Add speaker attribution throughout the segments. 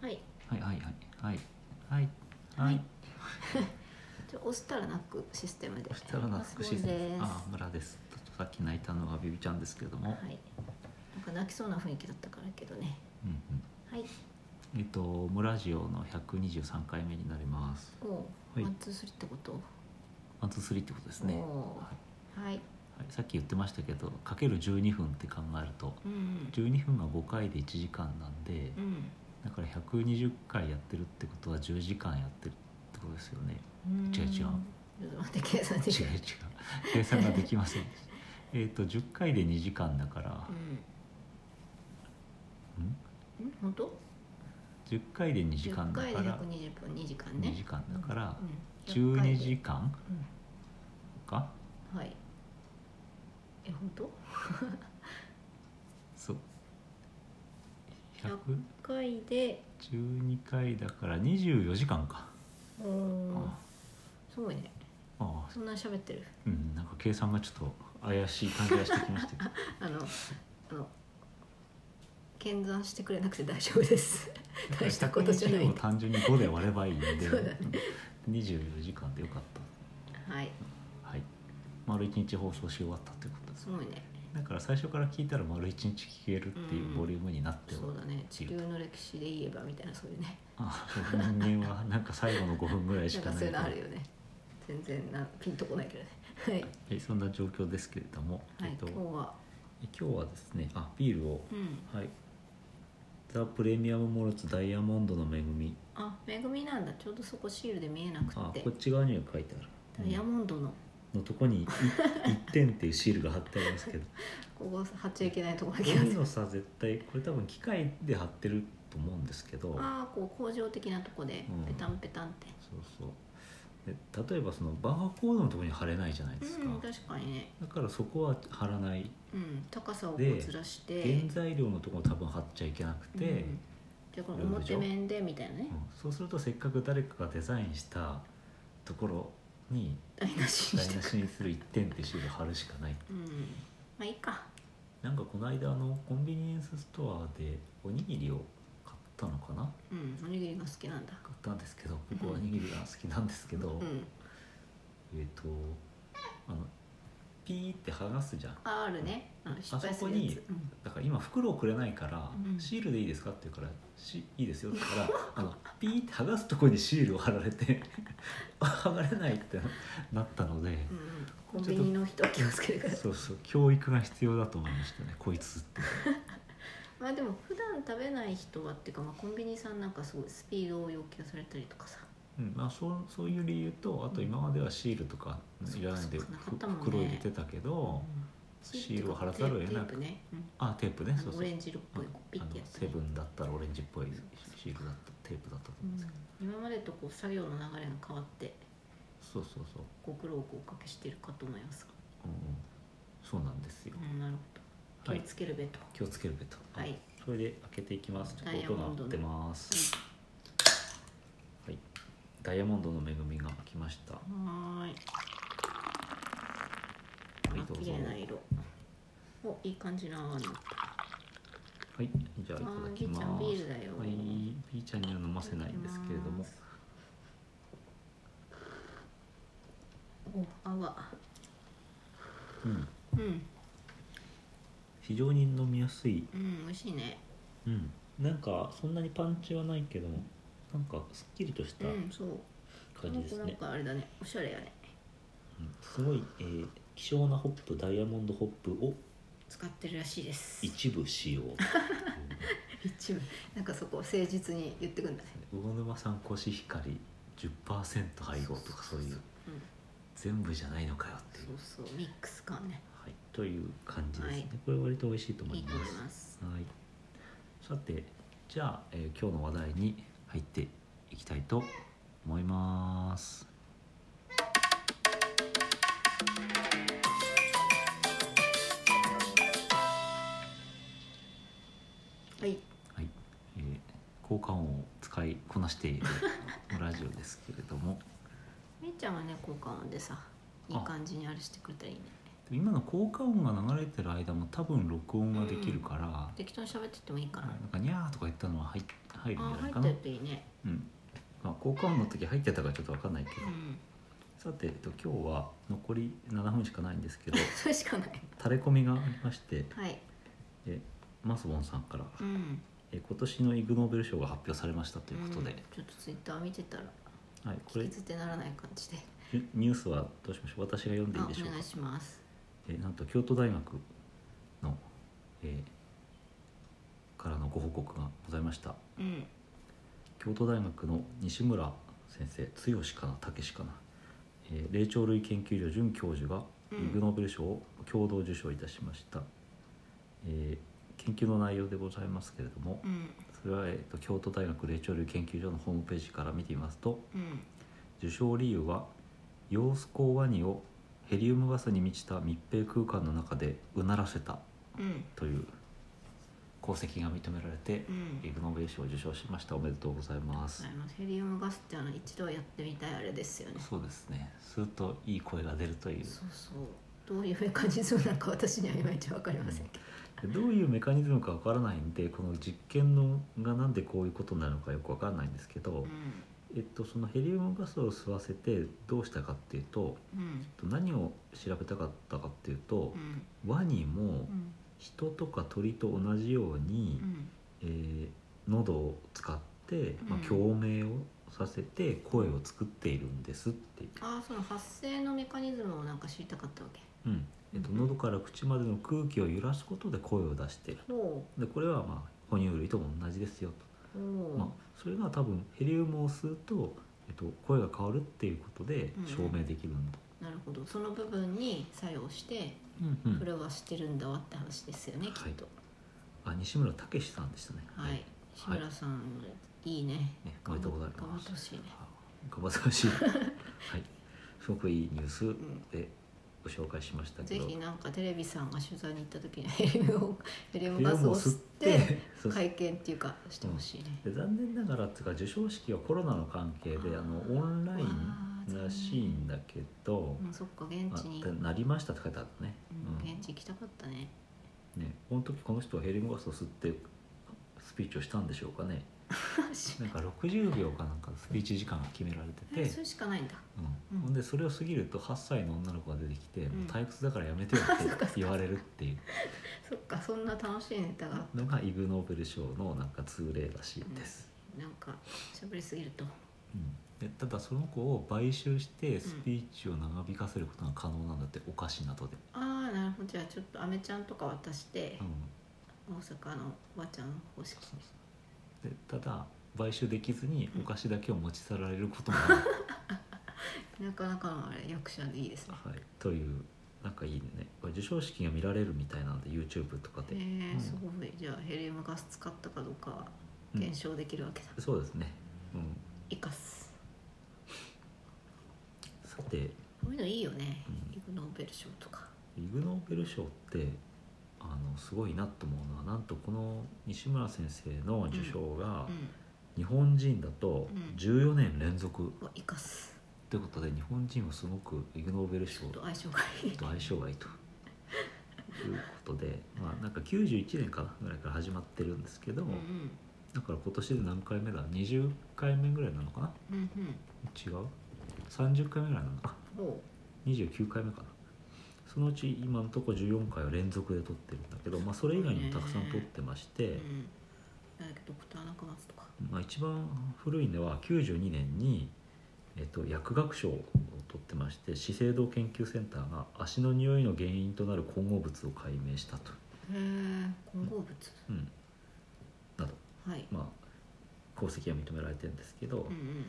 Speaker 1: はいはいはいはいはいはい
Speaker 2: じゃあ押したら泣くシステムで
Speaker 1: そしたら懐かしい
Speaker 2: そうです
Speaker 1: あ村ですちょっとさっき泣いたのはビビちゃんですけれども、
Speaker 2: はいなんか泣きそうな雰囲気だったからけどね
Speaker 1: うん
Speaker 2: はい
Speaker 1: うんえっと村ジオの123回目になります
Speaker 2: おお
Speaker 1: はい
Speaker 2: ワンツースリーってこと
Speaker 1: ワンツースリーってことですね、
Speaker 2: お
Speaker 1: は
Speaker 2: おはい
Speaker 1: い、さっき言ってましたけどかける12分って考えると
Speaker 2: うん
Speaker 1: 12分が5回で1時間なんで
Speaker 2: うん
Speaker 1: だから120回やってるってことは10時間やってるってことですよね
Speaker 2: うん
Speaker 1: 違う違う
Speaker 2: ちょっと待って計算でき
Speaker 1: 違う
Speaker 2: ない
Speaker 1: 違う計算ができませんでしたえっと10回で2時間だから、うん、
Speaker 2: うんん本当
Speaker 1: 10回で2時
Speaker 2: 十
Speaker 1: 間だ
Speaker 2: 回で
Speaker 1: から
Speaker 2: 120分2時間ね
Speaker 1: 2時間だから
Speaker 2: うんうん
Speaker 1: 12時間
Speaker 2: う
Speaker 1: か
Speaker 2: んはいえ本当
Speaker 1: そう
Speaker 2: 100 1回で
Speaker 1: 112回だから24時間か、
Speaker 2: うーん
Speaker 1: あ
Speaker 2: すごいね
Speaker 1: あ
Speaker 2: そんなに喋ってる
Speaker 1: うんなんか計算がちょっと怪しい感じがしてきましたけど
Speaker 2: あのあの検算してくれなくて大丈夫 です 大したことじゃない
Speaker 1: 120を単純に5で割ればいいんで
Speaker 2: そうだね
Speaker 1: うん24時間でよかっ
Speaker 2: はい
Speaker 1: たはい丸1日放送し終わったってことです
Speaker 2: すごいね
Speaker 1: だから最初から聞いたら丸1日聞けるっていうボリュームになってお
Speaker 2: そうだね地
Speaker 1: い
Speaker 2: 球
Speaker 1: る
Speaker 2: の歴史で言えばみたいなそういうね
Speaker 1: あそう人間はなんか最後の5分ぐらいし
Speaker 2: なんか
Speaker 1: かない
Speaker 2: そういう
Speaker 1: か
Speaker 2: のあ
Speaker 1: ら
Speaker 2: るよね全然なピンとこないけどね
Speaker 1: はいそんな状況ですけれども、
Speaker 2: はい、は
Speaker 1: え
Speaker 2: い
Speaker 1: っ、と
Speaker 2: 今日は
Speaker 1: 今日はですねあビールを
Speaker 2: うん
Speaker 1: はいザ・プレミアム・モルツ・ダイヤモンドの恵み
Speaker 2: あめぐみなんだちょうどそこシールで見えなく
Speaker 1: あ
Speaker 2: て
Speaker 1: こっち側には書いてあ
Speaker 2: ダ
Speaker 1: る
Speaker 2: イヤモンドの
Speaker 1: うんのとこに い一点っていうシールが貼ってありますけど
Speaker 2: ここ貼っちゃいけないとこだ
Speaker 1: こ
Speaker 2: け
Speaker 1: う
Speaker 2: ど
Speaker 1: いうのさ絶対これ多分機械で貼ってると思うんですけど
Speaker 2: ああこう工場的なとこで
Speaker 1: うん
Speaker 2: ペタンペタンって
Speaker 1: そうそうで例えばそのバーコードのとこに貼れないじゃないですか、
Speaker 2: うん確かにね
Speaker 1: だからそこは貼らない
Speaker 2: うん高さをこ
Speaker 1: で
Speaker 2: うずらして
Speaker 1: 原材料のところも多分貼っちゃいけなくて、
Speaker 2: うんじゃあこの表面でみたいなね
Speaker 1: うんそうするとせっかく誰かがデザインしたところに
Speaker 2: 台無しに
Speaker 1: 台
Speaker 2: して
Speaker 1: 無
Speaker 2: く
Speaker 1: しにする一点ってシール貼るしかない
Speaker 2: うんまあいいか
Speaker 1: なんかこの間あのコンビニエンスストアでおにぎりを買ったのかな
Speaker 2: うんおにぎりが好きなんだ
Speaker 1: 買ったんですけど僕はおにぎりが好きなんですけど、
Speaker 2: うん
Speaker 1: えっ、とあのピーって剥がすじゃん
Speaker 2: ああるねあの失敗するやつ
Speaker 1: あそ
Speaker 2: うん
Speaker 1: だから今袋をくれないから、
Speaker 2: うん
Speaker 1: シールでいいですかって言うからしいいですよって言ったらあのピーって剥がすとこにシールを貼られて 剥がれないってなったので、
Speaker 2: うんうんコンビニの人は気をつけてください
Speaker 1: そうそう教育が必要だと思いましたねこいつって
Speaker 2: まあでも普段食べない人はっていうか、まあ、コンビニさんなんかすごいスピードを要求されたりとかさ
Speaker 1: うんまあ、そうそういう理由とあと今まではシールとか
Speaker 2: うん
Speaker 1: いらないで、
Speaker 2: そっかそっかなかったもんね
Speaker 1: 袋入れてたけど、シールを貼らざるを得
Speaker 2: テー
Speaker 1: なく
Speaker 2: プね、うん
Speaker 1: あテープね
Speaker 2: あ
Speaker 1: そ
Speaker 2: の
Speaker 1: うそ
Speaker 2: オ
Speaker 1: う
Speaker 2: レンジ色っぽいこうピッ
Speaker 1: あの
Speaker 2: てやつ、
Speaker 1: セ
Speaker 2: ね
Speaker 1: ブンだったらオレンジっぽいシールだったテープだったと思うんですけ
Speaker 2: うん、今までとこう作業の流れが変わって
Speaker 1: ど、そうそうそう、
Speaker 2: ご苦労をおかけしてるかと思いますが、
Speaker 1: うんうん、そうなんですよ、
Speaker 2: うん、なるほど
Speaker 1: はい
Speaker 2: 気をつけるべと、
Speaker 1: 気をつけるべと、
Speaker 2: はい
Speaker 1: それで開けていきますちょっと音が鳴ってますはいダイヤモンドの恵みが来ましたは
Speaker 2: はい、
Speaker 1: い
Speaker 2: あ
Speaker 1: どう
Speaker 2: 綺
Speaker 1: ぞ
Speaker 2: 麗な色おいい感じなのあの
Speaker 1: はいじゃあいただきま
Speaker 2: あービーち
Speaker 1: す
Speaker 2: ゃんビールだよ
Speaker 1: はいビーちゃんには飲ませないんですけれども
Speaker 2: お泡
Speaker 1: うん
Speaker 2: うん
Speaker 1: 非常に飲みやすい
Speaker 2: うん美味しいね
Speaker 1: うんなんかそんなにパンチはないけどなんかすっきりとした
Speaker 2: うんそう
Speaker 1: 感じで
Speaker 2: こ
Speaker 1: す
Speaker 2: の子なん
Speaker 1: ね、
Speaker 2: かあれだねおしゃれやね
Speaker 1: うんすごい、えー希少なホップダイヤモンドホップを
Speaker 2: 使ってるらしいです
Speaker 1: 一部使 用
Speaker 2: 一部なんかそこを誠実に言ってくんだね
Speaker 1: 魚沼産コシヒカリ10%配合とかそういう
Speaker 2: うん
Speaker 1: 全部じゃないのかよっていう、
Speaker 2: そうそうミックス感ね
Speaker 1: はい、という感じですね、
Speaker 2: はい
Speaker 1: これ割と美味しいと思
Speaker 2: い
Speaker 1: い
Speaker 2: い
Speaker 1: ま
Speaker 2: と
Speaker 1: す
Speaker 2: 思います
Speaker 1: はいさてじゃあ、えー今日の話題に入っていきたいと思います
Speaker 2: はい
Speaker 1: はい、えー効果音を使いこなしているラジオ ですけれども
Speaker 2: みーちゃんはね効果音でさいい
Speaker 1: あ
Speaker 2: 感じにあれしてくれたらいいね
Speaker 1: で今の効果音が流れてる間も多分録音ができるから、
Speaker 2: 適当に喋ってってもいいから、
Speaker 1: なんか「にゃー」とか言ったのは入入るん
Speaker 2: あ
Speaker 1: じゃな
Speaker 2: 入
Speaker 1: い
Speaker 2: っ
Speaker 1: か
Speaker 2: て
Speaker 1: な
Speaker 2: るといいね
Speaker 1: うんまあ、効果音の時入ってたかちょっと分かんないけ
Speaker 2: う
Speaker 1: ど、
Speaker 2: ん
Speaker 1: さて、えっと、今日は残り7分しかないんですけど
Speaker 2: それしかない
Speaker 1: タレコミがありまして
Speaker 2: はい
Speaker 1: えマスボンさんから
Speaker 2: うん
Speaker 1: え「今年のイグ・ノーベル賞が発表されました」ということで
Speaker 2: ん、ちょっとツイッター見てたら
Speaker 1: はい、これ
Speaker 2: 聞き捨てならない感じで
Speaker 1: ニュニュースはどうしましょう私が読んでいい
Speaker 2: あ
Speaker 1: でしょう
Speaker 2: お
Speaker 1: か
Speaker 2: 願いします
Speaker 1: えなんと京都大学の、えーからのご報告がございました
Speaker 2: うん
Speaker 1: 京都大学の西村先生剛かな武かな、えー霊長類研究所准教授が
Speaker 2: うん
Speaker 1: イグ・ノーベル賞を共同受賞いたしました、えー研究の内容でございますけれども
Speaker 2: うん
Speaker 1: それは、えーと京都大学霊長類研究所のホームページから見てみますと
Speaker 2: うん
Speaker 1: 受賞理由はヨースコウワニをヘリウムガスに満ちた密閉空間の中でうならせた
Speaker 2: うん
Speaker 1: という功績が認められて
Speaker 2: うん
Speaker 1: イグ・ノーベル賞を受賞しましたおめでとうございます、
Speaker 2: あのヘリウムガスってあの一度はやってみたいあれですよね
Speaker 1: そうですねするといい声が出るという
Speaker 2: そうそうどういう感じそうなのか私にはいまいちわかりませんけど
Speaker 1: でどういうメカニズムかわからないんでこの実験のがなんでこういうことになるのかよくわからないんですけど、えっと、そのヘリウムガスを吸わせてどうしたかっていうと
Speaker 2: うんうん
Speaker 1: 何を調べたかったかっていうと
Speaker 2: う、ん
Speaker 1: ワニも
Speaker 2: うん
Speaker 1: 人とか鳥と同じように、
Speaker 2: うん
Speaker 1: えー喉を使って、まあ
Speaker 2: うん、
Speaker 1: 共鳴をさせて声を作っているんですっていう、
Speaker 2: ああその発生のメカニズムをなんか知りたかったわけ
Speaker 1: うんえっと、
Speaker 2: うん
Speaker 1: 喉から口までの空気を揺らすことで声を出している
Speaker 2: ほ
Speaker 1: でこれはまあ哺乳類とも同じですよ
Speaker 2: う
Speaker 1: と、
Speaker 2: ほ
Speaker 1: まあ、それが多分ヘリウムを吸うと、えっと、声が変わるっていうことで
Speaker 2: うん
Speaker 1: 証明できるんだ、
Speaker 2: うなるほどその部分に作用して
Speaker 1: うん
Speaker 2: それはしてるんだわって話ですよね、きっと
Speaker 1: あ西村武史さんでしたね
Speaker 2: はい志村さん、い、いね
Speaker 1: ねおめでとうございます
Speaker 2: 頑張ってほしいね
Speaker 1: あ頑張ってほしいはいすごくいいニュース
Speaker 2: ん
Speaker 1: でご紹介しましたけ
Speaker 2: ぜ
Speaker 1: ど、
Speaker 2: ひなんかテレビさんが取材に行った時にヘリウムを ヘリウ
Speaker 1: ヘ
Speaker 2: ム
Speaker 1: リ
Speaker 2: ガ
Speaker 1: ウ
Speaker 2: ス
Speaker 1: ム
Speaker 2: を
Speaker 1: を
Speaker 2: 吸
Speaker 1: 吸
Speaker 2: っ
Speaker 1: ってて そ う
Speaker 2: 会見っていうかしてほしいね、
Speaker 1: で残念ながらっていうか授賞式はコロナの関係であのオンラインらしいんだけど
Speaker 2: うん、そっか現地に、
Speaker 1: あなりましたって書いてあったね、
Speaker 2: うん
Speaker 1: うん
Speaker 2: 現地行きたかった ね
Speaker 1: ねこの時この人はヘリウムガスを吸ってスピーチをしたんでしょうかねなんか60秒かなんかスピーチ時間が決められて
Speaker 2: えそ
Speaker 1: て、
Speaker 2: れしかないんだ
Speaker 1: うん、ほんでそれを過ぎると8歳の女の子が出てきて「もう退屈だからやめてよ」って言われるっていう
Speaker 2: そっかそんな楽しいネタが
Speaker 1: のがイグ・ノーベル賞のなんか通例らしいです、
Speaker 2: なんか喋りすぎると
Speaker 1: うんでただその子を買収してスピーチを長引かせることが可能なんだってお菓子などで、
Speaker 2: ああなるほどじゃあちょっとアメちゃんとか渡して
Speaker 1: う、ん、
Speaker 2: 大阪のおばちゃん方式に
Speaker 1: でただ買収できずにお菓子だけを持ち去られることもある
Speaker 2: なかなかのあれ役者でいいですね
Speaker 1: はい、というなんかいいねこれ授賞式が見られるみたいなんで YouTube とか
Speaker 2: へ
Speaker 1: で、
Speaker 2: え
Speaker 1: うん
Speaker 2: すごいじゃあヘリウムガス使ったかどうかは
Speaker 1: うん
Speaker 2: 検証できるわけだ、
Speaker 1: そうですね、うん、
Speaker 2: 生かす
Speaker 1: さてイ
Speaker 2: こういうのいいよね、
Speaker 1: うん
Speaker 2: イグ・ノーベル賞とか
Speaker 1: グ・ノーベル賞ってあのすごいなと思うのはなんとこの西村先生の受賞が
Speaker 2: うん
Speaker 1: 日本人だと
Speaker 2: うん
Speaker 1: 14年連続、
Speaker 2: を生かす
Speaker 1: ということで日本人はすごくイグ・ノーベル賞
Speaker 2: ちょっと
Speaker 1: と
Speaker 2: 相性がいい
Speaker 1: 相性がいいと。いうことで、まあ、なんか91年かなぐらいから始まってるんですけど、
Speaker 2: うん
Speaker 1: だから今年で何回目だ20回目ぐらいなのかな
Speaker 2: うんうん
Speaker 1: 違う30回目ぐらいなのか
Speaker 2: うんほ
Speaker 1: 29回目かなそのうち今のとこ14回は連続で撮ってるんだけど、まあ、それ以外にもたくさん撮ってまし
Speaker 2: う、う
Speaker 1: て、
Speaker 2: ん、なんだっけドクター中松とか
Speaker 1: まあ、一番古いのは92年に、えっと、薬学賞を取ってまして資生堂研究センターが足の匂いの原因となる混合物を解明したと、
Speaker 2: へえ混合物、
Speaker 1: うん、など、
Speaker 2: はい
Speaker 1: まあ、功績が認められてるんですけど、
Speaker 2: うん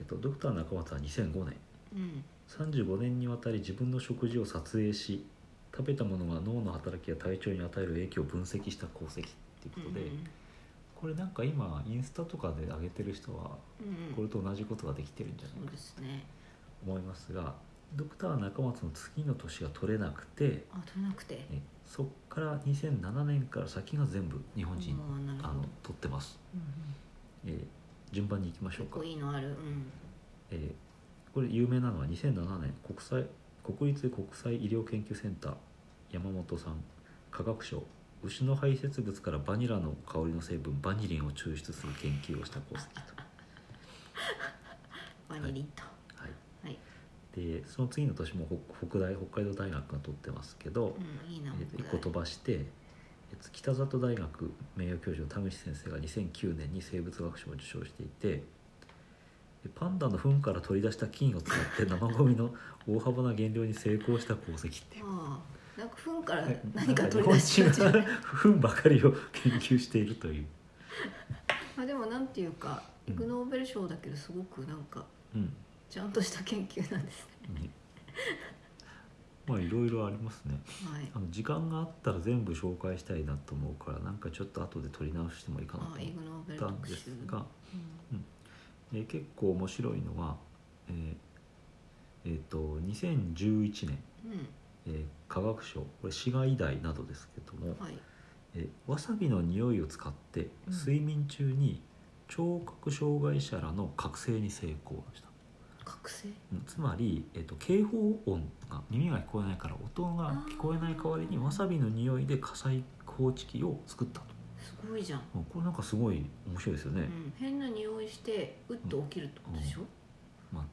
Speaker 1: えっと、ドクター中松は2005年
Speaker 2: うんうん
Speaker 1: 35年にわたり自分の食事を撮影し食べたものが脳の働きや体調に与える影響を分析した功績っていうことで、これなんか今インスタとかで上げてる人は
Speaker 2: うんうんうん
Speaker 1: これと同じことができてるんじゃ
Speaker 2: そ
Speaker 1: ないうか
Speaker 2: ですね
Speaker 1: と思いますがドクター中松の次の年が取れなくて
Speaker 2: あ取れなくて
Speaker 1: えそっから2007年から先が全部日本人
Speaker 2: あーなるほ
Speaker 1: あ
Speaker 2: ど
Speaker 1: の取ってます、
Speaker 2: うんうん
Speaker 1: えー順番に行きましょう
Speaker 2: 結
Speaker 1: か
Speaker 2: 構いいのあるうん
Speaker 1: えーこれ有名なのは2007年国際国立国際医療研究センター山本さん科学省牛の排泄物からバニラの香りの成分バニリンを抽出する研究をした功績と、
Speaker 2: バニリンと、
Speaker 1: はい、
Speaker 2: はい
Speaker 1: でその次の年も北北大北海道大学が取ってますけど、
Speaker 2: うん、いいな
Speaker 1: えっと一個飛ばして、えっと北里大学名誉教授の田口先生が2009年に生物学賞を受賞していてでパンダの糞から取り出した菌を使って生ゴミの大幅な減量に成功した功績っていう。
Speaker 2: ああなんか糞から
Speaker 1: はい
Speaker 2: 何か取り出し
Speaker 1: な
Speaker 2: ようんじ
Speaker 1: か
Speaker 2: ゃ
Speaker 1: 日
Speaker 2: な
Speaker 1: 本
Speaker 2: い
Speaker 1: 人は糞ばかりを研究しているという、
Speaker 2: まあでもなんていうか
Speaker 1: うん
Speaker 2: イグ・ノーベル賞だけどすごくなんか
Speaker 1: うん、
Speaker 2: ちゃんとした研究なんですね
Speaker 1: ねまあいろいろありますね
Speaker 2: はい
Speaker 1: あの時間があったら全部紹介したいなと思うからなんかちょっと後で取り直してもいいかな
Speaker 2: ああイグ・ノーベル
Speaker 1: と思った
Speaker 2: 特
Speaker 1: んで
Speaker 2: 集
Speaker 1: すが、
Speaker 2: うん
Speaker 1: えー結構面白いのはえーえーと2011年、
Speaker 2: う
Speaker 1: えー科学省これ滋賀医大などですけども
Speaker 2: ん、はい、
Speaker 1: えーわさびの匂いを使って
Speaker 2: うん
Speaker 1: 睡眠中に聴覚障害者らの覚醒に成功した。
Speaker 2: 覚醒
Speaker 1: うんつまり、えっと、警報音が耳が聞こえないから音が聞こえない代わりに
Speaker 2: あー
Speaker 1: わさびの匂いで火災報知器を作ったと、
Speaker 2: すごいじゃん、
Speaker 1: うんこれなんかすごい面白いですよ
Speaker 2: う
Speaker 1: ね、
Speaker 2: ん、変な匂いしてうっと起きるってことでしょ、
Speaker 1: まあ、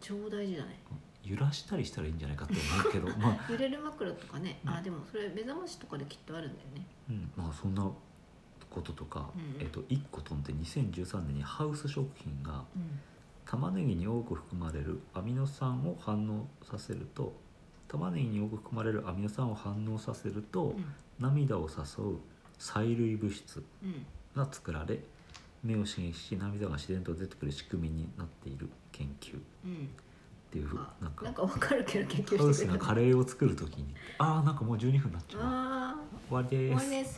Speaker 2: 超大事だね
Speaker 1: 揺らしたりしたらいいんじゃないかって思うけどまあ、
Speaker 2: 揺れる枕とかね、
Speaker 1: うん
Speaker 2: あでもそれ目覚ましとかできっとあるんだよね
Speaker 1: うんまあ、そんなこととか、
Speaker 2: うん
Speaker 1: えっと、1個飛んで2013年にハウス食品が
Speaker 2: うん
Speaker 1: 玉ねぎに多く含まれるアミノ酸を反応させると玉ねぎに多く含まれるアミノ酸を反応させると、涙を誘う催涙物質
Speaker 2: うんうん
Speaker 1: が作られ目を刺激し涙が自然と出てくる仕組みになっている研究っ
Speaker 2: うん
Speaker 1: ていう
Speaker 2: まあ
Speaker 1: なんか
Speaker 2: なんかわかるけど研究
Speaker 1: ハウ
Speaker 2: して
Speaker 1: ス
Speaker 2: くれ
Speaker 1: が
Speaker 2: た
Speaker 1: カレーを作る時にああんかもう12分になっちゃう
Speaker 2: あ
Speaker 1: 終わり
Speaker 2: ー終
Speaker 1: で
Speaker 2: わり
Speaker 1: す
Speaker 2: です